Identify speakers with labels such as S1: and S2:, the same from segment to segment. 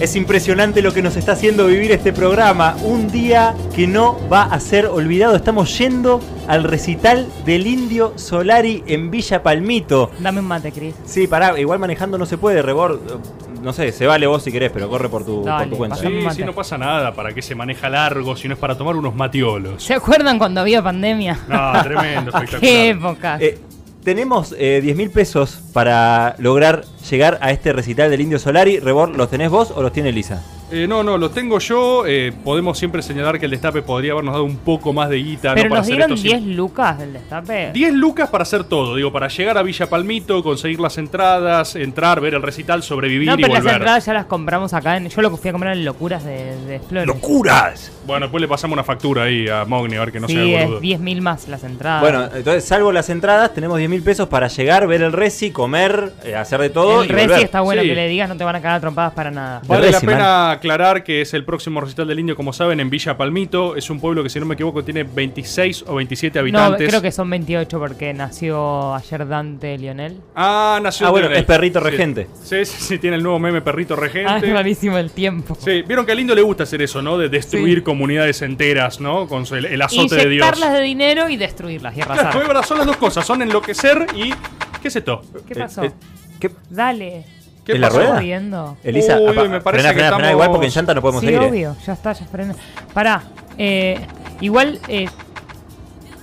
S1: Es impresionante lo que nos está haciendo vivir este programa. Un día que no va a ser olvidado. Estamos yendo al recital del Indio Solari en Villa Palmito.
S2: Dame un mate, Cris.
S1: Sí, pará, igual manejando no se puede, Rebord. No sé, se vale vos si querés, pero corre por tu,
S2: Dale,
S1: por tu cuenta.
S2: pasame.
S1: Sí.
S2: un
S3: Sí,
S2: mate.
S3: sí, no pasa nada. ¿Para qué se maneja largo si no es para tomar unos matiolos?
S2: ¿Se acuerdan cuando había pandemia?
S3: No, tremendo,
S2: Qué
S3: espectacular.
S2: época.
S1: Eh, tenemos eh, 10 mil pesos para lograr llegar a este recital del Indio Solari. Rebord, ¿los tenés vos o los tiene Lisa?
S3: Eh, no, no, lo tengo yo. eh, podemos siempre señalar que el destape podría habernos dado un poco más de guita.
S2: Pero
S3: ah, no para
S2: nos
S3: hacer
S2: dieron
S3: esto sin-
S2: 10 lucas del destape.
S3: 10 lucas para hacer todo, digo, para llegar a Villa Palmito, conseguir las entradas, entrar, ver el recital, sobrevivir
S2: No,
S3: y
S2: pero las
S3: volver.
S2: entradas ya las compramos acá. En, yo lo fui a comprar en Locuras de, de Flores.
S1: ¡Locuras!
S3: Bueno, después le pasamos una factura ahí a Mogni a ver que no
S2: sí,
S3: sea
S2: es
S3: boludo.
S2: 10.000 más las entradas.
S1: Bueno, entonces, salvo las entradas, tenemos 10 mil pesos para llegar, ver el reci, comer, eh, hacer de todo
S2: el
S1: y
S2: Reci
S1: volver.
S2: está bueno
S3: Sí.
S2: que le digas, no te van a cagar a trompadas para nada.
S1: Bueno.
S3: Vale la
S1: Reci, man.
S3: pena aclarar que es el próximo recital del Indio, como saben, en Villa Palmito. Es un pueblo que, si no me equivoco, tiene 26 o 27
S2: No,
S3: habitantes.
S2: creo que son 28 porque nació ayer Dante Lionel.
S3: Ah, nació
S1: Ah, bueno,
S3: Lionel.
S1: es perrito
S3: Sí.
S1: regente.
S3: Sí, sí, sí, tiene el nuevo meme perrito
S2: Ah, es
S3: regente.
S2: rarísimo el tiempo.
S3: sí, vieron que al Indio le gusta hacer eso, ¿no? De destruir
S2: Sí.
S3: comunidades enteras, ¿no? Con su- el, el azote de Dios.
S2: Inyectarlas de dinero y destruirlas y
S3: Claro, es
S2: arrasar.
S3: verdad, son las dos cosas, son enloquecer y. ¿Qué es esto?
S2: ¿Qué
S1: Eh,
S2: pasó?
S1: eh, ¿qué?
S2: Dale.
S3: ¿Qué
S1: ¿Es la
S3: pasó?
S1: rueda?
S2: Riendo.
S1: Elisa,
S3: Uy,
S1: apa- frená,
S3: me parece que
S1: frená, frená,
S3: estamos-
S1: igual porque en llanta no podemos
S2: Sí,
S1: seguir. eh.
S2: obvio. Ya está, ya frena. Pará. Eh, igual, eh,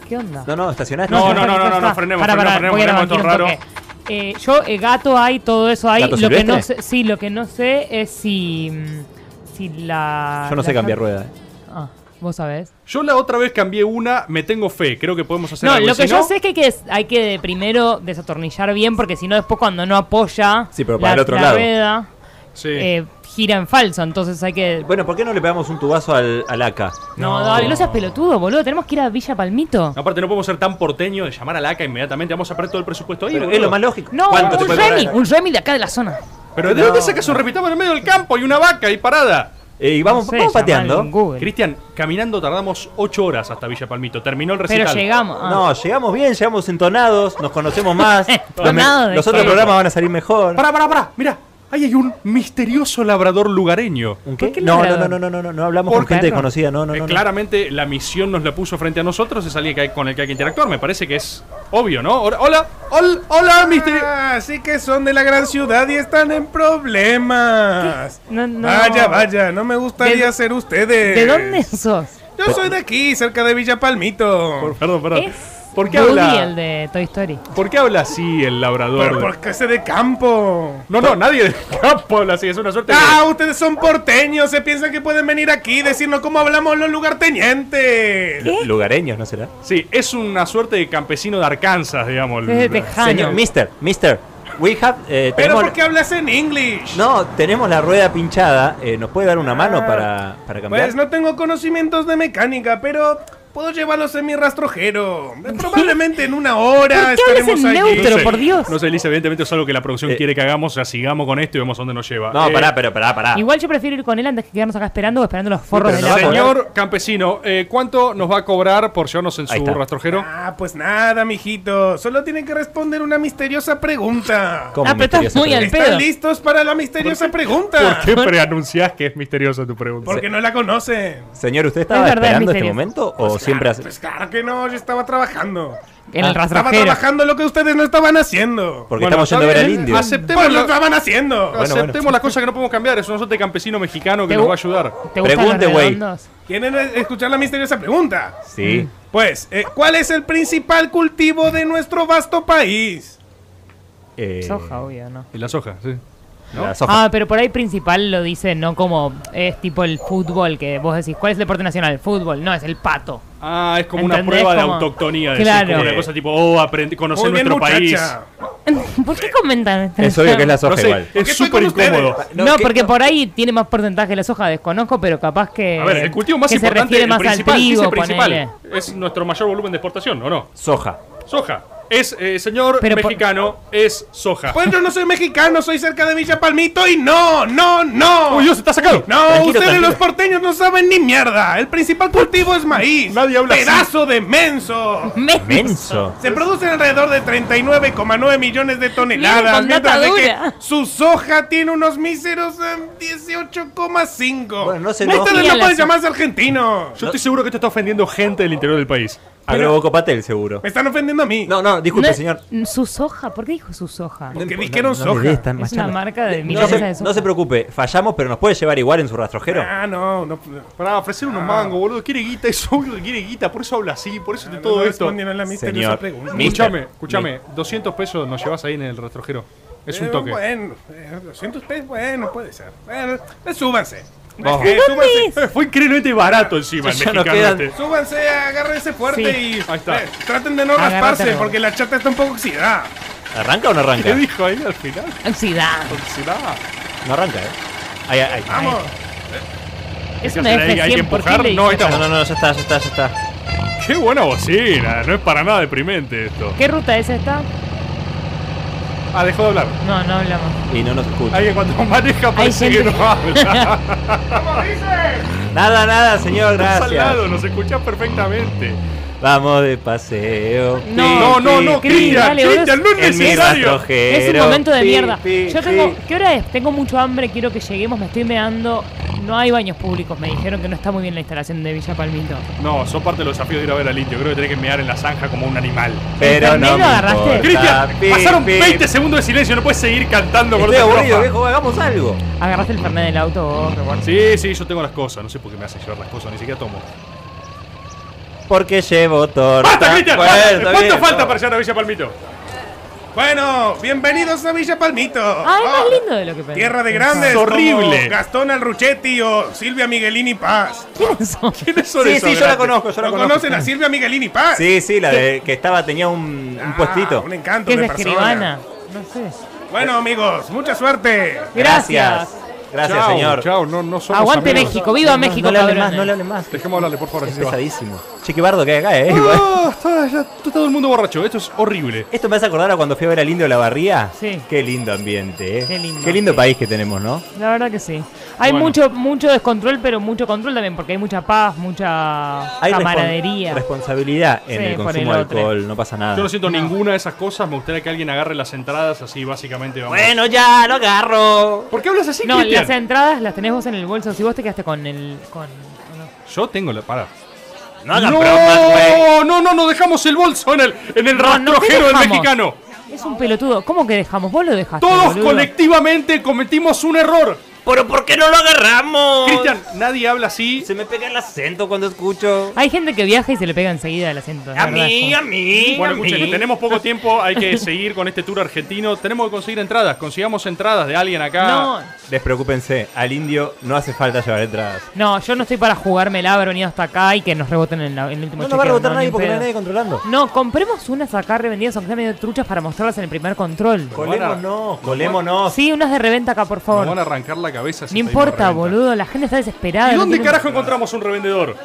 S2: ¿qué onda?
S1: No, no, estacionás.
S3: No,
S1: estacionás.
S3: no, no,
S2: ya
S3: no,
S2: está.
S3: no, frenemos,
S2: Pará,
S3: frenemos,
S2: pará,
S3: frenemos,
S2: voy a
S3: frenemos,
S2: levantar
S3: esto
S2: un toque. Eh, yo, eh, gato hay, todo eso hay.
S1: ¿Gato
S2: Lo que no
S1: silvestre?
S2: sé, sí, lo que no sé es si. mm, Si la.
S1: Yo no sé
S2: la-
S1: cambiar rueda. eh.
S2: Ah, vos sabés.
S3: Yo la otra vez cambié una, me tengo fe, creo que podemos hacer
S2: No,
S3: algo. y
S2: lo
S3: si
S2: que yo
S3: no-
S2: sé es que hay que, hay que primero desatornillar bien, porque si no, después cuando no apoya
S1: Sí, pero para el otro lado.
S2: rueda,
S3: Sí.
S2: eh, gira en falso, entonces hay que...
S1: Bueno, ¿por qué no le pegamos un tubazo al, al AK?
S2: No, dale, no seas pelotudo, boludo, tenemos que ir a Villa Palmito.
S3: Aparte, no podemos ser tan porteño de llamar a la ACA inmediatamente. Vamos a perder todo el presupuesto ahí.
S1: Pero
S3: boludo.
S1: es lo más lógico.
S2: No,
S1: ¿Cuánto te
S2: un
S1: puede cobrar
S2: remi,
S1: el AK?
S2: un remi de acá de la zona.
S3: Pero ¿de
S1: No.
S3: dónde sacas un repitado en el medio del campo y una vaca y parada?
S1: Eh, y vamos,
S2: No sé,
S1: vamos
S2: llamalo en
S1: pateando.
S2: Google.
S3: Cristian, caminando tardamos 8 horas hasta Villa Palmito. Terminó el recital.
S2: Pero llegamos. ah.
S1: No, llegamos bien, llegamos entonados, nos conocemos más. los me-
S2: Entonados de
S1: los otros
S2: qué?
S1: programas van a salir mejor.
S3: Pará, pará, pará. Mirá, ahí hay un misterioso labrador lugareño.
S1: ¿Un qué?
S2: ¿Por qué
S1: No, no, no,
S2: labrador?
S1: no, no, no, no, no hablamos
S3: Por
S1: con gente
S2: perro.
S1: desconocida, no, no,
S3: Eh,
S1: no. no.
S3: claramente la misión nos la puso frente a nosotros, es alguien que hay- con el que hay que interactuar, me parece que es obvio, ¿no? Hola, hola, hol- hola, misterio.
S4: Así que son de la gran ciudad y están en problemas.
S2: No, no.
S4: Vaya, vaya, no me gustaría
S2: ¿De-
S4: ser ustedes.
S2: ¿De dónde sos?
S4: Yo soy de aquí, cerca de Villa Palmito.
S3: Perdón, perdón.
S2: Es
S3: ¿Por qué
S2: Woody,
S3: habla?
S2: el de Toy Story.
S3: ¿Por qué habla así el labrador?
S4: Pero porque sé de campo.
S3: No, no, nadie del campo habla así, es una suerte.
S4: Ah, ustedes son porteños, se piensan que pueden venir aquí y decirnos cómo hablamos los lugartenientes.
S1: Lu- Lugareños, ¿no será?
S3: de- Sí, es una suerte de campesino de Arkansas, digamos. el-
S2: Es de Jano.
S1: Señor, mister, mister, we have. eh,
S4: Pero
S1: tenemos,
S4: ¿por qué hablas en inglés?
S1: No, tenemos la rueda pinchada. eh, ¿Nos puede dar una mano para, para cambiar?
S4: Ah, Pues no tengo conocimientos de mecánica, pero puedo llevarlos en mi rastrojero. Probablemente en una hora
S2: ¿Por qué hablas
S4: estaremos
S2: en
S4: allí.
S2: neutro? Pero por Dios.
S3: No sé, Elisa, evidentemente es algo que la producción
S1: Eh.
S3: quiere que hagamos, o sea, sigamos con esto y vemos a dónde nos lleva.
S1: No,
S3: Eh,
S1: pará, pero pará, pará.
S2: Igual yo prefiero ir con él antes que quedarnos acá esperando o esperando los forros
S1: pero
S2: de
S1: no
S2: la
S1: va a poder.
S3: Señor campesino, eh, ¿cuánto nos va a cobrar por llevarnos en
S1: Ahí
S3: su
S1: está.
S3: rastrojero?
S4: Ah, pues nada, mijito. Solo tienen que responder una misteriosa pregunta.
S1: ¿Cómo
S2: Ah, pero estás
S1: misteriosa
S2: muy al
S1: pregunta?
S2: pedo.
S4: ¿Están listos para la misteriosa pregunta?
S3: ¿Por qué preanunciás que es misteriosa tu pregunta?
S4: Porque no la conocen.
S1: Señor, ¿usted estaba
S2: verdad, es
S1: esperando este
S2: misterioso.
S1: momento o
S4: Pues
S1: siempre
S4: claro,
S1: hace.?
S4: Pues claro que no, yo estaba trabajando.
S2: En
S1: Ah.
S2: el
S4: Estaba
S2: rastrojero.
S4: trabajando lo que ustedes no estaban haciendo.
S1: Porque
S3: Bueno,
S1: estamos yendo a
S3: está
S1: ver al
S3: bien,
S1: indio.
S3: acepté-
S4: Pues lo estaban haciendo.
S1: Bueno,
S3: Aceptemos
S1: bueno.
S3: la cosa que no podemos cambiar, es un sorte campesino mexicano que
S2: ¿Te
S3: nos va a
S2: gu-
S3: ayudar.
S2: ¿Te gustan
S1: Pregunte,
S2: los
S1: güey.
S2: redondos?
S4: ¿Quieren eh, escuchar la misteriosa pregunta?
S1: Sí.
S4: Pues, eh, ¿cuál es el principal cultivo de nuestro vasto país?
S1: eh,
S2: Soja, obvio, ¿no?
S3: Y la soja, sí.
S1: La soja.
S2: Ah, pero por ahí principal lo dice, no como es tipo el fútbol, que vos decís, ¿cuál es el deporte nacional? El fútbol, no, es el pato.
S3: Ah, es como una
S2: ¿Entendés?
S3: prueba de
S2: Como-
S3: autoctonía. de
S2: Claro.
S3: como una cosa tipo, oh, aprendí, conocer nuestro país.
S2: ¿Por qué comentan?
S1: Es obvio que es la soja
S3: No sé,
S1: igual.
S4: Porque
S3: es
S4: estoy
S3: súper
S4: con ustedes.
S3: incómodo.
S2: No,
S1: ¿qué-
S2: porque por ahí tiene más porcentaje la soja, desconozco, pero capaz que.
S3: A ver, el cultivo más
S2: Eh, que se
S3: importante,
S2: refiere
S3: el
S2: más al
S3: principal, dice
S2: trigo,
S3: principal,
S2: ponele.
S3: es nuestro mayor volumen de exportación, ¿o no?
S1: Soja.
S3: Soja. Es, eh, señor
S2: Pero por-
S3: mexicano, es soja.
S4: Pues yo no soy mexicano, soy cerca de Villa Palmito y no, no, no.
S3: Uy, Dios, está sacado.
S4: No,
S1: Tranquilo,
S4: ustedes
S1: tranquilo.
S4: los porteños no saben ni mierda. El principal cultivo es maíz.
S3: Nadie habla así.
S4: Pedazo de menso.
S1: Menso.
S4: Se producen alrededor de 39,9 millones de
S5: Viene
S4: toneladas,
S5: con
S4: mientras de que
S5: dentadura.
S4: su soja tiene unos míseros eh, 18,5.
S1: Bueno, no se enojen.
S4: Ustedes Este no
S5: Mírala,
S4: pueden
S5: sí.
S4: llamarse argentinos.
S3: Yo estoy seguro que esto está ofendiendo gente del interior del país.
S1: Agrobocopatel, seguro.
S4: Me están ofendiendo a mí.
S1: No, no, disculpe,
S2: No-
S1: señor.
S2: Su soja, ¿por qué dijo su soja?
S3: Eh,
S4: Porque
S1: No,
S4: dijeron
S1: no, no le
S4: soja.
S1: des tan
S2: Es
S1: machado.
S2: una marca de
S1: no
S2: milanesa
S1: se,
S2: de soja.
S1: no se preocupe, fallamos, pero nos puede llevar igual en su rastrojero.
S4: Ah, no, no. no,
S3: Para ofrecer unos mangos, boludo. Quiere guita, es obvio que quiere guita. Por eso habla así, por eso de
S4: no,
S3: todo
S4: no
S3: esto.
S4: respondieron la misteriosa
S1: Señor,
S4: pregunta.
S1: mi-
S3: Escúchame,
S1: Mister.
S3: escúchame. 200 pesos nos llevas ahí en el retrojero. Es un
S4: Eh,
S3: toque.
S4: Bueno, eh, 200 pesos, bueno, puede ser. Bueno, eh, súbanse.
S3: Vamos.
S4: Eh, súbanse.
S3: Eh, Fue increíblemente barato encima el
S1: Ya no
S3: mexicano
S1: quedan-
S3: este.
S4: Súbanse, agárrense fuerte
S2: Sí.
S4: y eh,
S3: Ahí está.
S4: traten de no
S2: Agárrate,
S4: rasparse
S2: agárrate.
S4: porque la chata está un poco oxidada.
S1: ¿Arranca o no
S3: ¿Qué
S1: arranca?
S3: dijo ahí al final?
S2: Oxidado.
S3: Oxidada.
S1: No arranca, eh. Ahí, ahí.
S4: Vamos.
S2: Es
S3: que
S2: una
S3: hacer ahí, hay que
S2: F100 por
S3: empujar.
S2: Chile y
S3: No, ahí
S1: No,
S3: está.
S1: no, no, ya está, ya está, ya está.
S3: Qué buena bocina. No es para nada deprimente esto.
S2: ¿Qué ruta es esta?
S3: Ah, dejó de hablar.
S2: No, no hablamos.
S1: Y no nos escucha.
S3: Alguien cuando maneja parece que
S2: gente-
S3: no habla.
S1: Nada, nada, señor,
S3: Estás al lado,
S1: gracias.
S3: nos escuchás perfectamente.
S1: Vamos de paseo.
S3: No,
S2: No,
S3: no, no,
S2: Cristian,
S3: Cristian,
S2: dale, boludo.
S3: Cristian, no es
S1: En mi
S3: necesario.
S1: rastrojero.
S2: Es un momento de
S1: Pi,
S2: mierda.
S1: pi,
S2: Yo tengo.
S1: pi.
S2: ¿Qué hora es? Tengo mucho hambre, quiero que lleguemos, me estoy meando. No hay baños públicos, me dijeron que no está muy bien la instalación de Villa Palmito.
S3: No, sos parte de los desafíos de ir a ver al indio. Creo que tenés que mear en la zanja como un animal.
S1: Pero no.
S2: ¿También
S1: me
S2: lo agarraste?
S1: importa.
S3: Cristian,
S1: Pi,
S3: pasaron
S1: pi,
S3: 20 segundos de silencio. No puedes seguir cantando con
S1: Estoy
S3: otra
S1: aburrido,
S3: estrofa.
S1: viejo, hagamos algo.
S2: Agarraste el fernet del auto vos, Roberto.
S3: Sí, sí, yo tengo las cosas. No sé por qué me haces llevar las cosas, ni siquiera tomo.
S1: Porque llevo torta.
S3: ¡Basta, Cristian!
S1: Bueno,
S3: basta.
S1: está
S3: ¿Cuánto
S1: bien,
S3: falta
S1: no.
S3: para llegar a Villa Palmito?
S4: Bueno, bienvenidos a Villa Palmito.
S2: Ah, es
S4: Ah,
S2: más lindo de lo que pensé.
S4: Tierra de grandes.
S3: Es horrible.
S4: como Gastón Alruchetti o Silvia Miguelini Paz.
S2: ¿Quiénes son?
S3: ¿Quiénes son
S1: Sí,
S3: esos
S1: sí, yo la
S3: grandes?
S1: conozco, yo la
S4: ¿No
S1: conozco.
S4: conocen a Silvia Miguelini Paz?
S1: Sí, sí, la de que estaba tenía un, un
S4: Ah,
S1: puestito.
S4: Un encanto
S2: ¿Qué es
S4: de
S2: la
S4: persona.
S2: escribana? No sé.
S4: Bueno, amigos, mucha suerte.
S1: Gracias. Gracias,
S3: Chao,
S1: señor.
S3: Chao, no, no somos
S2: Aguante
S3: amigos.
S2: México, viva
S1: No,
S2: México,
S1: no le hable más,
S2: cabrones.
S1: no le hable más.
S3: Dejemos hablarle, por favor,
S1: Es
S3: así se va.
S1: pesadísimo. Che, qué bardo que hay acá, eh.
S3: Ah, está, ya, está todo el mundo borracho. Esto es horrible.
S1: Esto me hace acordar a cuando fui a ver al Indio de la Barría.
S2: Sí.
S1: Qué lindo ambiente, eh.
S2: Qué lindo.
S1: país que tenemos, ¿no?
S2: La verdad que sí. Hay
S3: Bueno.
S2: mucho mucho descontrol, pero mucho control también, porque hay mucha paz, mucha
S1: Hay respon-
S2: camaradería.
S1: responsabilidad en
S2: Sí,
S1: el
S2: por
S1: consumo
S2: el
S1: de
S2: otro.
S1: alcohol, no pasa nada.
S3: Yo no
S2: Ah.
S3: siento ninguna de esas cosas. Me gustaría que alguien agarre las entradas así, básicamente. Vamos.
S1: Bueno, ya, lo agarro.
S3: ¿Por qué hablas así,
S2: No,
S3: Cristian?
S2: las entradas las tenés vos en el bolso. Si vos te quedaste con el. Con, con-
S3: Yo tengo la. Para.
S1: No hagan
S3: no,
S1: bromas, güey.
S3: no, no, no, dejamos el bolso en el, en el
S2: No, no
S3: rastrojero del
S2: dejamos.
S3: mexicano.
S2: Es un pelotudo. ¿Cómo que dejamos? Vos lo dejaste.
S3: Todos
S2: boludo.
S3: colectivamente cometimos un error.
S1: Pero ¿por qué no lo agarramos?
S3: Cristian, nadie habla así.
S1: Se me pega el acento cuando escucho.
S2: Hay gente que viaja y se le pega enseguida el acento. la
S1: A
S2: verdad, es
S1: mí,
S2: como-
S1: a mí.
S3: Bueno,
S1: a
S3: escuchen,
S1: mí.
S3: tenemos poco tiempo, hay que seguir con este tour argentino. Tenemos que conseguir entradas, consigamos entradas de alguien acá.
S2: No,
S1: Despreocúpense, al indio no hace falta llevar entradas.
S2: no, yo no estoy para jugarme el haber venido hasta acá y que nos reboten en, la- en el último
S1: No nos va a
S2: chequeo,
S1: rebotar
S2: no,
S1: nadie
S2: ni
S1: porque no
S2: pedo.
S1: hay nadie controlando.
S2: No, compremos unas acá revendidas, aunque sean medio truchas, para mostrarlas en el primer control.
S1: Colemos no, colemos no.
S2: Sí, unas de reventa acá, por
S3: Nos
S2: favor.
S3: van a arrancar la cabeza. si
S2: No
S3: pedimos
S2: importa,
S3: reventa.
S2: boludo, la gente está desesperada.
S3: ¿Y
S2: no
S3: dónde
S2: tiene-
S3: carajo encontramos un revendedor?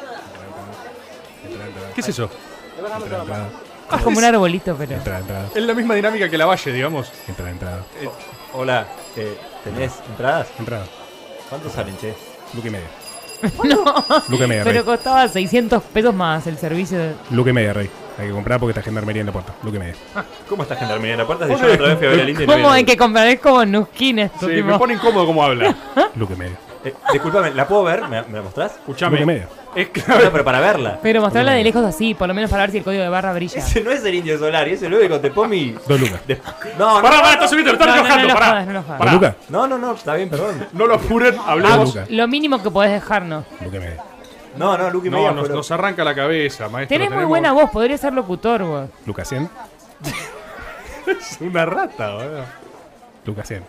S3: ¿Qué es eso?
S4: Entra, entrada,
S2: Es Ah, como un arbolito, pero.
S3: Este,
S4: entra, entrada,
S3: Es la misma dinámica que la valle, digamos.
S4: entra, entrada,
S1: Hola, eh, ¿tenés entradas?
S4: entrada.
S1: ¿Cuántos salen, che?
S4: Luca y media. No. Luca y media,
S2: Pero
S4: rey.
S2: costaba 600 pesos más el servicio. de-
S4: Luca y media, rey. Hay que comprar porque está gendarmería en la puerta. Luca y media.
S1: ¿Cómo estás, gendarmería en la puerta? Si yo la otra vez fui a ver al indio y no
S2: ¿Cómo
S1: había
S2: en que comprar? Es como Nuskin esto,
S3: Sí,
S2: tipo.
S3: me pone incómodo como habla.
S4: Luca y media.
S1: nadie. Eh, disculpame, ¿la puedo ver? ¿Me, me la mostrás?
S4: Luca y
S3: Escuchame.
S4: media.
S3: Es
S1: No,
S3: clave.
S1: pero para verla.
S2: Pero mostrarla de lejos así, por lo menos para ver si el código de barra brilla.
S1: Ese no es el indio solar, y ese luego con Tepomi.
S4: Dos lucas.
S1: De- No,
S3: Pará, pará,
S1: no,
S3: está subiendo, lo están
S2: No, no, no
S3: enojando,
S2: lo
S3: pará.
S2: jodas, no lo jodas.
S3: Pará.
S4: Dos lucas.
S1: no, no, no, está bien, perdón.
S3: No lo apuren,
S2: Ah,
S3: hablemos.
S4: Lucas.
S2: lo mínimo que podés dejarnos.
S4: Luca y media.
S1: No, no, Luke y media,
S3: No, nos,
S1: pero-
S3: nos arranca la cabeza, maestro.
S2: Tenés muy
S3: tenemos-
S2: buena voz, podrías ser locutor, vos.
S4: Luca 100.
S3: Una rata, boludo.
S4: Luca 100.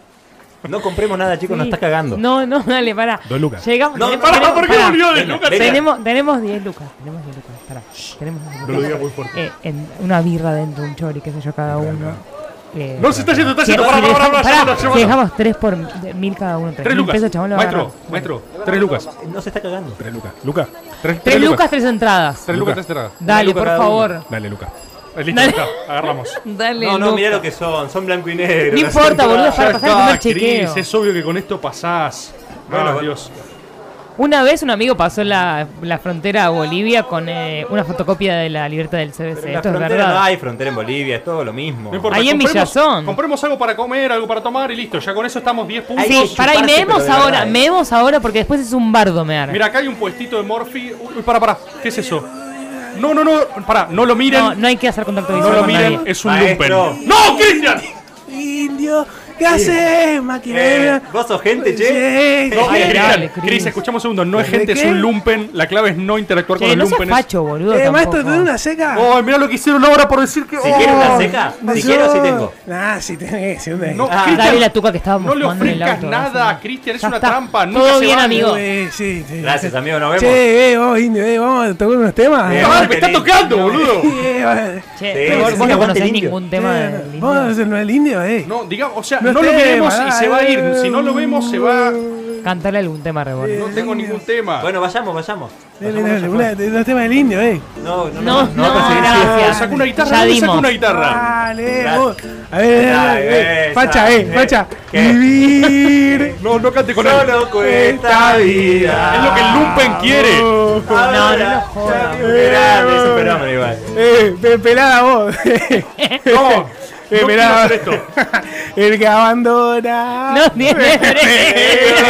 S1: no compremos nada, chicos, nos
S2: Sí.
S1: está cagando.
S2: No, no, dale, pará.
S4: Dos lucas.
S2: Llegamos.
S1: No,
S2: tenemos-
S1: pará,
S2: tenemos-
S3: ¿por qué
S2: pará.
S3: volvió de
S1: Venga,
S3: Lucas?
S1: venga.
S2: Tenemos, tenemos 10 lucas, tenemos 10 lucas, pará. Tenemos 10 lucas.
S3: No lo digas muy fuerte.
S2: Eh, en una birra dentro, un chori, qué sé yo, cada uno. Eh,
S3: No, se está yendo, está
S2: si-
S3: yendo. Pará,
S2: si
S3: pará, pará,
S2: dejamos-
S3: pará,
S2: pará,
S3: llévalo,
S2: si
S3: llévalo.
S2: dejamos 3 por de- mil cada uno, 3
S3: Tres
S2: mil
S3: lucas.
S2: pesos, chabón, lo
S3: maestro,
S2: agarramos.
S3: maestro, tres lucas.
S1: No se está cagando.
S4: Tres lucas. Eh, Luca.
S3: Tres,
S2: Tres lucas, tres entradas.
S3: Tres lucas, tres entradas.
S2: Dale,
S1: lucas
S2: por
S1: cada
S2: favor.
S1: uno.
S4: Dale, Luca.
S3: Eh, Listo, ya está, agarramos.
S5: Dale.
S1: No, no,
S5: loco.
S1: mirá lo que son, son blanco y negro.
S2: No
S1: las
S2: importa, boludo,
S1: entradas.
S2: para pasar el primer chequeo.
S3: Cris, es obvio que con esto pasás.
S1: Bueno,
S3: Ah,
S1: bueno.
S3: Dios.
S2: Una vez un amigo pasó la, la frontera a Bolivia con eh, una fotocopia de la libertad del CBC.
S1: Pero en la
S2: Esto es
S1: frontera no
S2: verdad.
S1: hay frontera en Bolivia, es todo lo mismo.
S3: No importa,
S2: Ahí en
S3: compremos-
S2: Villazón.
S3: Compremos algo para comer, algo para tomar y listo. Ya con eso estamos 10 puntos.
S1: Hay
S2: Sí,
S1: que
S2: para y
S1: chuparse,
S2: meemos
S1: pero de
S2: ahora,
S1: verdad.
S2: meemos ahora porque después es un bardo mear.
S3: Mira, acá hay un puestito de Morphy. Uy, para, para. ¿Qué es eso? No, no, no. Para, no lo miren.
S2: no,
S3: No,
S2: no hay que hacer contacto visual
S3: lo
S2: con
S3: miren.
S2: nadie.
S3: Es un
S1: Maestro.
S3: lumpen. ¡No, Cristian!
S4: Indio, ¿qué haces,
S1: Eh,
S4: maquinera?
S1: ¿Vos sos gente, che?
S4: Sí. Eh,
S3: No,
S2: Ay,
S3: Cristian,
S2: dale,
S3: Cris,
S2: Cris.
S3: escuchamos un segundo. No es gente, es
S4: qué?
S3: un lumpen. La clave es no interactuar con
S2: Che,
S3: los
S2: no seas
S3: lumpenes.
S2: facho, boludo.
S4: Eh, maestro,
S2: tampoco.
S4: ¿tenés una seca?
S3: Ay, Oh, mirá lo que hicieron ahora por decir que.
S1: Oh, Si
S3: oh.
S1: quiero una ceja, si
S4: Maestro.
S1: quiero, sí tengo.
S4: Ah, si tenés, si tenés.
S3: No,
S1: Ah,
S3: Cristian,
S2: dale la tuca que estábamos
S3: No le
S2: jugando en el
S3: ofrezcas
S2: auto,
S3: nada
S2: gracias.
S3: a Cristian, es
S2: Ya
S3: una
S2: está.
S3: trampa.
S2: Todo
S3: nunca se
S2: bien,
S3: vale.
S2: amigo.
S4: Eh, sí, sí.
S1: Gracias, amigo, nos vemos.
S4: Che, eh, vos, Indio, eh, vamos a tocar unos temas.
S1: Eh,
S3: Cabal, me está tocando, boludo.
S4: Eh, va-
S2: Che,
S1: Sí,
S2: vos-
S1: sí,
S2: vos
S1: aguante
S2: no conocés
S1: el indio.
S2: ningún tema
S4: eh,
S2: del indio.
S4: Vos, no el Indio, eh.
S3: No, digamos, o sea, no,
S4: No
S3: lo
S4: esté,
S3: veremos y
S4: pará,
S3: se va a ir.
S4: eh,
S3: Si no lo vemos, se va.
S2: Cantale algún tema, Rebor.
S3: No tengo ningún tema.
S1: Bueno, vayamos, vayamos.
S4: Dale, dale, eh, una- Unos temas del Indio, eh.
S1: No, no,
S2: No,
S1: no.
S2: no,
S1: conseguí nada.
S2: gracias.
S3: saca una guitarra,
S2: Ya
S3: ¿dónde saca
S2: dimos.
S3: una guitarra.
S4: Dale,
S1: Dale.
S4: vos. A ver, a ver,
S1: Dale,
S4: eh,
S1: esa,
S4: facha, eh,
S1: eh.
S4: facha.
S1: ¿Qué?
S4: Vivir.
S3: No, no cante con él.
S1: Solo cuesta vida.
S3: Es lo que el
S4: Ah,
S3: lumpen quiere. Ah,
S1: Ahora, ya vi un grande, es un fenómeno igual.
S4: Eh, pe- pelada vos.
S3: No,
S4: Eh,
S3: no quiero
S4: mirá.
S3: hacer esto.
S4: El que abandona. Eh,
S2: No tiene derecho.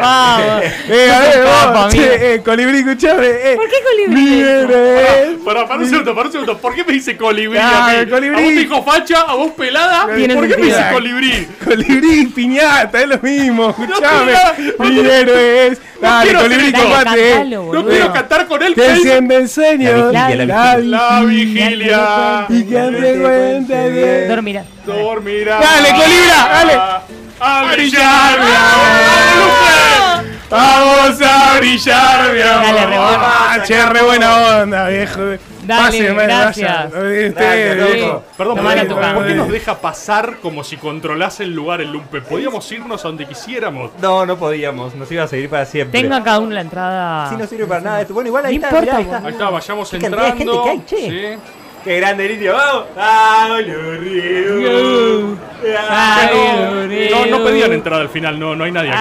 S2: Vamos.
S4: Eh, a ver,
S2: Papa,
S4: vos, che,
S2: mira.
S4: eh, colibrí, escuchame. Eh, ¿Por
S2: qué colibrí?
S3: Para, para un segundo, para un segundo. ¿Por qué me dice colibrí?
S4: Ah,
S3: a, mí?
S4: colibrí.
S3: ¿A vos te dijo facha? ¿A vos pelada? ¿Por qué
S2: Tiene
S3: me
S2: sentido.
S3: dice colibrí?
S4: Colibrí y piñata, es lo mismo, escuchame.
S3: quiero-
S4: Mi héroe es. Dale,
S3: quiero
S4: colibrí,
S3: hacer-
S2: Dale,
S4: combate. eh.
S2: cantalo,
S3: No
S2: boludo.
S3: quiero cantar con él.
S4: Que
S3: Félix.
S4: enciende el sueño.
S1: La vigilia, la
S3: La vigilia.
S4: Y que ande cuenta de.
S2: Dormirá.
S3: Dormirá.
S4: Dale, colibra, dale.
S3: A brillar, mi amor.
S4: Vamos a brillar, mi amor.
S2: Dale, re buena.
S4: Ah, che, re buena onda, viejo. Pase, vaya,
S2: gracias.
S4: vaya. Eh,
S1: Gracias,
S4: ustedes,
S1: loco.
S4: eh,
S3: Perdón,
S2: Lo
S3: ¿por
S2: van
S3: qué-
S2: a tocar.
S3: ¿por qué nos deja pasar como si controlase el lugar el lumpe? Podíamos irnos a donde quisiéramos.
S1: No, no podíamos, nos iba a seguir para siempre.
S2: Tengo cada uno la entrada.
S1: Si no sirve para nada esto. Bueno, igual ahí
S2: No
S1: está, mirá,
S2: importa,
S1: ahí
S2: boludo.
S1: está.
S3: Ahí está, vayamos
S1: Qué cantidad de gente
S3: entrando.
S1: que hay, che.
S3: Sí.
S1: Qué grande el indio, vamos. Vamos, los ríos.
S2: Ay,
S3: No, no pedían entrada al final, no, no hay nadie acá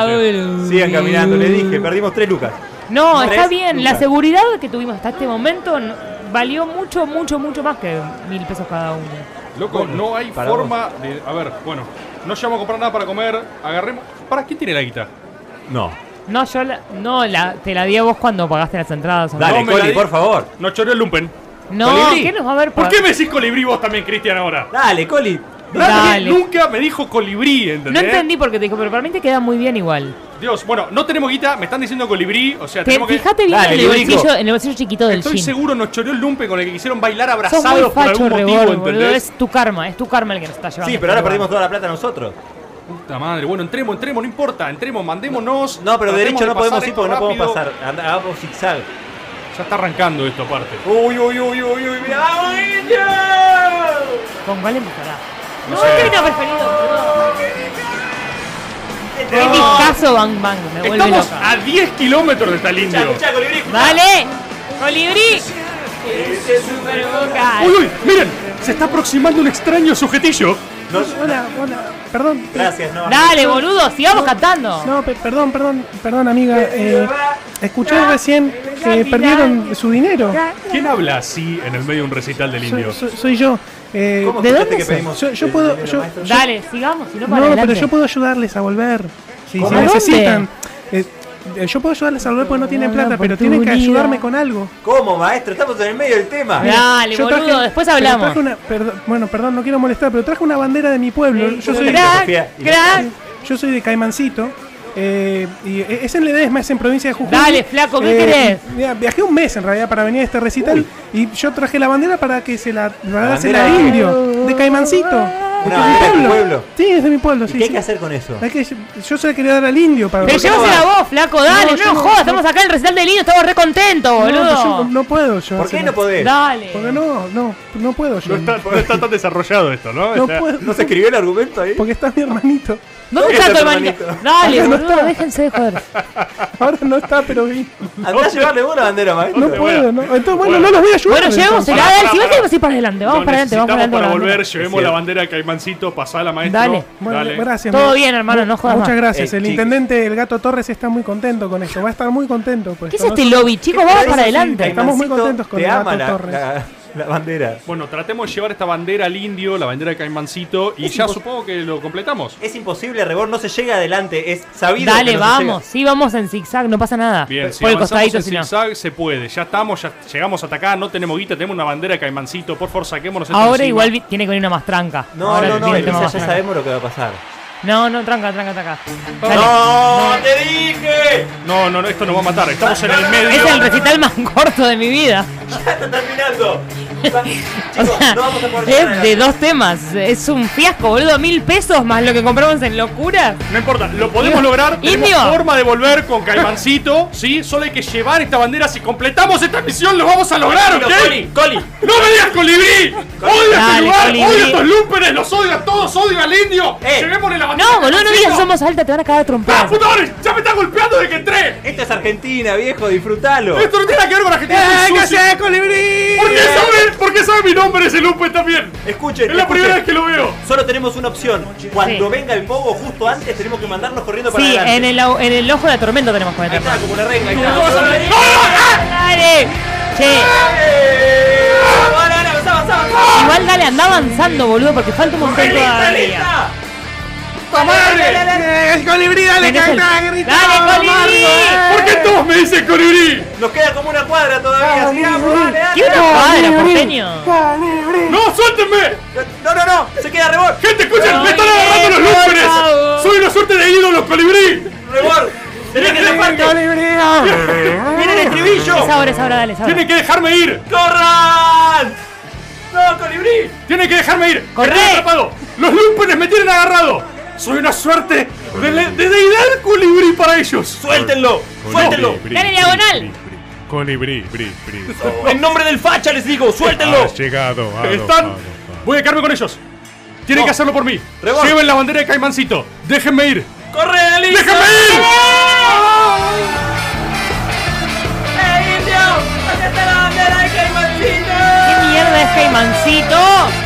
S2: Ah,
S3: básicamente.
S2: boludo.
S1: Sigan caminando, le dije, perdimos tres lucas.
S2: No,
S1: Tres
S2: está bien. La
S1: lucas.
S2: seguridad que tuvimos hasta este momento n- valió mucho, mucho, mucho más que mil pesos cada uno.
S3: Loco, no hay
S1: para
S3: forma de. A ver, bueno, no llevamos a comprar nada para comer. Agarremos. ¿Para quién tiene la guita?
S1: No.
S2: No, yo la, no, la, te la di a vos cuando pagaste las entradas. amigo.
S1: Dale,
S3: No me la
S1: Coli,
S3: di-
S1: por favor.
S3: No choreó el lumpen.
S2: No,
S1: Colibrí.
S2: ¿qué nos va a ver
S3: ¿Por qué me decís colibrí vos también, Cristian, ahora?
S1: Dale, Coli.
S3: Nadie
S2: Dale.
S3: nunca me dijo colibrí,
S2: No
S3: ¿entendés?
S2: entendí por qué te dijo, pero para mí te queda muy bien igual.
S3: Dios, bueno, no tenemos guita, me están diciendo colibrí, o sea,
S2: Te,
S3: tenemos que.
S2: fíjate bien
S1: Dale,
S2: en, el
S1: Ludovico.
S2: bolsillo, en el bolsillo chiquito del
S3: Estoy
S2: jean.
S3: seguro nos choreó el lumpe con el que quisieron bailar
S2: Sos muy
S3: abrazados por
S2: facho,
S3: algún motivo,
S2: rebol, boludo.
S3: ¿entendés?
S2: Es tu karma, es tu karma el que nos está llevando.
S1: Sí,
S2: a
S1: pero ahora
S2: este
S1: perdimos
S2: lugar.
S1: toda la plata nosotros.
S3: Puta madre, bueno, entremos, entremos, no importa, entremos, mandémonos.
S1: No, pero
S3: tratemos
S1: derecho no
S3: pasar
S1: podemos ir
S3: esto
S1: porque no podemos
S3: rápido.
S1: pasar. Anda, Hagamos zigzag.
S3: Ya está arrancando esto aparte.
S1: Uy, uy, uy, uy, uy, mira. ¡Vamos, Indio!
S2: ¿Con cuál empezará?
S3: No
S2: No,
S3: sé.
S2: ¿qué vino preferido? Qué discazo Bang Bang, me vuelve
S3: Estamos
S2: loca.
S3: a 10 kilómetros de esta
S1: Escuchá,
S3: indio.
S1: escuchá, Colibrí, escuchá.
S2: ¡Dale! ¡Colibrí! Super vocal.
S3: Uy, uy, miren, se está aproximando un extraño sujetillo.
S1: No,
S4: Hola, hola, perdón. eh,
S1: gracias, no.
S2: Dale, boludo, sigamos cantando.
S4: No, pe- perdón, perdón, perdón, amiga. eh, escuché recién que perdieron su dinero.
S3: ¿Quién habla así en el medio de un recital del
S4: Soy,
S3: indio?
S4: soy- soy yo. Eh,
S1: ¿Cómo
S4: ¿De
S1: escuchaste
S4: dónde
S1: que
S4: sos?
S1: pedimos
S4: Yo, yo
S1: el
S4: puedo.
S1: dinero,
S4: yo-
S1: maestro?
S4: yo-
S2: Dale, sigamos, si no para
S4: no, pero
S2: adelante. Eh,
S4: yo puedo ayudarles a volver. Si, si
S2: ¿Cómo? ¿A dónde?
S4: necesitan. Eh, eh, yo puedo ayudarles a volver porque no tienen
S2: Una
S4: plata, pero tienen que
S2: oportunidad.
S4: ayudarme con algo.
S1: ¿Cómo, maestro? Estamos en el medio del tema.
S2: Mirá. Ah, Dale,
S4: Yo
S2: boludo, después
S4: pero
S2: hablamos.
S4: traje una- perdón- bueno, perdón, no quiero molestar, pero traje una bandera de mi pueblo. yo, soy,
S1: Gra-
S2: Crack,
S1: Sofía, y la-
S2: crack.
S4: yo soy de Caimancito. eh, y eh, es en Ledesma, es en provincia de Jujuy. Eh,
S2: Dale, flaco, ¿qué querés?
S4: mira, viajé un mes en realidad para venir a este recital y yo traje la bandera para que se la, la dase
S1: bandera
S4: la
S1: de-
S4: indio, de Caimancito.
S1: Una bandera de tu pueblo.
S4: Sí, es de mi pueblo, sí.
S1: ¿Qué hay
S4: sí.
S1: que hacer con eso?
S4: Hay que- yo se la quería dar al indio para.
S2: Pero
S1: ¿Por qué no
S2: llévasela
S1: vas?
S2: vos, flaco, dale,
S4: No,
S2: no,
S4: yo no-
S2: jodas, estamos acá en el recital del niño, estamos re contentos,
S4: no, yo
S2: boludo.
S4: no puedo yo.
S1: ¿Por qué
S4: hacerlo.
S1: no podés?
S2: Dale.
S4: Porque no, no, no puedo yo.
S5: No está, no está tan desarrollado esto, ¿no?
S4: No
S5: O sea,
S4: puedo.
S1: ¿No se escribió el argumento ahí?
S4: Porque está mi hermanito.
S2: ¿Dónde
S1: Ese
S2: está tu
S1: es tu
S2: hermanito?
S1: hermanito.
S2: Dale,
S4: Acá no
S2: boludo,
S4: está.
S2: déjense de joder.
S4: Ahora no está, pero vi.
S1: Andá a Ah, llevarle vos la bandera, maestro.
S4: No
S5: Bueno,
S4: puedo,
S5: bueno.
S4: ¿no? Entonces, bueno,
S5: Bueno.
S4: no los voy a ayudar.
S2: Bueno, llegamos,
S4: entonces.
S2: se la
S5: Pará,
S2: dale,
S5: pará,
S2: si vamos
S5: pará.
S2: así para adelante, vamos
S3: Lo
S2: para adelante, vamos para
S3: necesitamos
S2: adelante.
S3: para
S2: vamos para
S3: volver,
S2: adelante.
S3: llevemos la bandera de Caimancito, pasala, maestro.
S2: Dale.
S4: Bueno,
S3: Dale.
S4: gracias.
S2: Todo
S4: mi-
S2: bien, hermano, no jodas.
S4: Muchas
S2: más.
S4: gracias.
S1: Eh,
S4: el
S1: chicos.
S4: intendente, el gato Torres, está muy contento con esto. Va a estar muy contento. Pues,
S2: ¿Qué es
S4: ¿no?
S2: este lobby, chicos? Vamos para adelante.
S4: Estamos muy contentos con
S1: te
S4: el
S1: ama
S4: gato
S1: la,
S4: Torres.
S1: la, la bandera.
S3: Bueno, tratemos de llevar esta bandera al indio, la bandera de Caimancito, y
S1: Es
S3: ya
S1: impos-
S3: supongo que lo completamos.
S1: Es imposible, Rebor, no se llega adelante. Es sabido.
S2: Dale,
S1: que no se
S2: vamos, sí, vamos en zigzag, no pasa nada.
S3: Bien, si
S2: Por el
S3: avanzamos
S2: costadito,
S3: en
S2: si no.
S3: zigzag se puede. Ya estamos, ya llegamos hasta acá, no tenemos guita, tenemos una bandera de Caimancito. Por favor, saquémonos esto
S2: Ahora
S3: encima.
S2: igual vi- tiene que venir una más tranca.
S1: llega. No,
S2: Ahora
S1: no, no,
S2: tiene que
S1: Elisa,
S2: tomar más
S1: ya
S2: tranca.
S1: sabemos lo que va a pasar.
S2: No, no, tranca, tranca, tranca. Dale.
S1: ¡No! ¡Te dije!
S3: No, no, no, esto nos va a matar. Estamos en el medio.
S2: Es el recital más corto de mi vida.
S1: ¡Ya está terminando! Va-
S2: O
S1: Chicos,
S2: sea,
S1: no vamos a poder llegar
S2: es de
S1: adelante.
S2: dos temas. Es un fiasco, boludo. Mil pesos más lo que compramos en locura.
S3: No importa, lo podemos lograr.
S2: Indio.
S3: Tenemos forma de volver con Caimancito, ¿sí? Solo hay que llevar esta bandera. Si completamos esta misión, lo vamos a lograr, ¿ok?
S1: Coli, Coli.
S3: ¡No me digas colibrí! ¡Odio este
S2: Dale,
S3: lugar!
S2: colibrí.
S3: ¡Odio estos lumpenes! ¡Los odio a todos! ¡Odio al indio!
S1: Eh.
S3: ¡Llevémosle la bandera!
S2: No, boludo, no digas que
S3: Caimancito.
S2: somos alta, te van a cagar a trompadas.
S3: ¡Ah, puta madre! ¡Ya me está golpeando de que entré!
S1: Esto es Argentina, viejo, disfrútalo.
S3: ¡Esto no tiene nada que ver con
S4: ¡Eh,
S3: Argentina! soy sucio.
S4: ¡Cállate, colibrí!
S3: ¿Por qué sabe, por qué sabe mi nombre ese lumpen también?
S1: Escuchen,
S3: Es la primera vez
S1: escuchen.
S3: que lo veo.
S1: Solo tenemos una opción. Cuando
S2: Sí.
S1: venga el pogo justo antes, tenemos que mandarnos corriendo para
S2: Sí,
S1: adelante.
S2: en el, au- en el ojo de la tormenta tenemos que
S1: Ahí
S2: meternos.
S1: está, como una renga. Ahí está. ¡Oh,
S3: ¿Cómo vas a venir? ¡No!
S2: ¡Ah, Dale. Che,
S1: ¡Eh! Dale, dale, avanzá, avanzá, avanzá.
S2: igual dale, anda avanzando, boludo, porque falta un montón
S1: ¡Lista,
S2: todavía.
S1: lista!
S3: ¡Puta madre!
S4: Eh, el colibrí, dale,
S2: Tenés el-
S4: canta, grita.
S2: Dale, colibrí.
S3: ¿Por qué todos me dicen colibrí?
S1: Nos queda como una cuadra todavía. sigamos, dale,
S2: ¿Qué una
S1: dale.
S2: cuadra, porteño?
S3: ¡No, suéltenme!
S1: No, no, no, se queda Rebor.
S3: ¡Gente, escuchen!
S2: Ay,
S3: ¡Me están agarrando los
S2: por
S3: lumpenes!
S2: favor.
S3: ¡Soy una suerte de ídolo colibrí!
S1: Rebor, tenés que taparte. Viene el
S2: Es
S1: estribillo.
S2: ahora, es ahora, dale, es ahora.
S3: ¡Tienen que dejarme ir!
S1: ¡Corran! ¡No, colibrí!
S3: ¡Tienen que dejarme ir!
S2: ¡Corre!
S3: ¡Me tienen atrapado! ¡Los lumpenes me tienen agarrado! ¡Soy una suerte de, le- de deidad colibrí para ellos!
S1: ¡Suéltenlo! ¡Suéltenlo!
S2: Dale, diagonal.
S5: Colibrí, bri, bri.
S1: En nombre del facha les digo, suéltenlo.
S5: Has llegado,
S3: Están. Voy a quedarme con ellos. Tienen
S1: No.
S3: que hacerlo por mí.
S1: Rebor.
S3: Lleven la bandera de Caimancito. Déjenme ir.
S1: ¡Corre, Alicia!
S3: ¡Déjenme ir!
S2: ¡Eh!
S1: ¡Eh, indio! ¡Eh, ¡Acá está la bandera de Caimancito!
S2: ¿Qué mierda es Caimancito?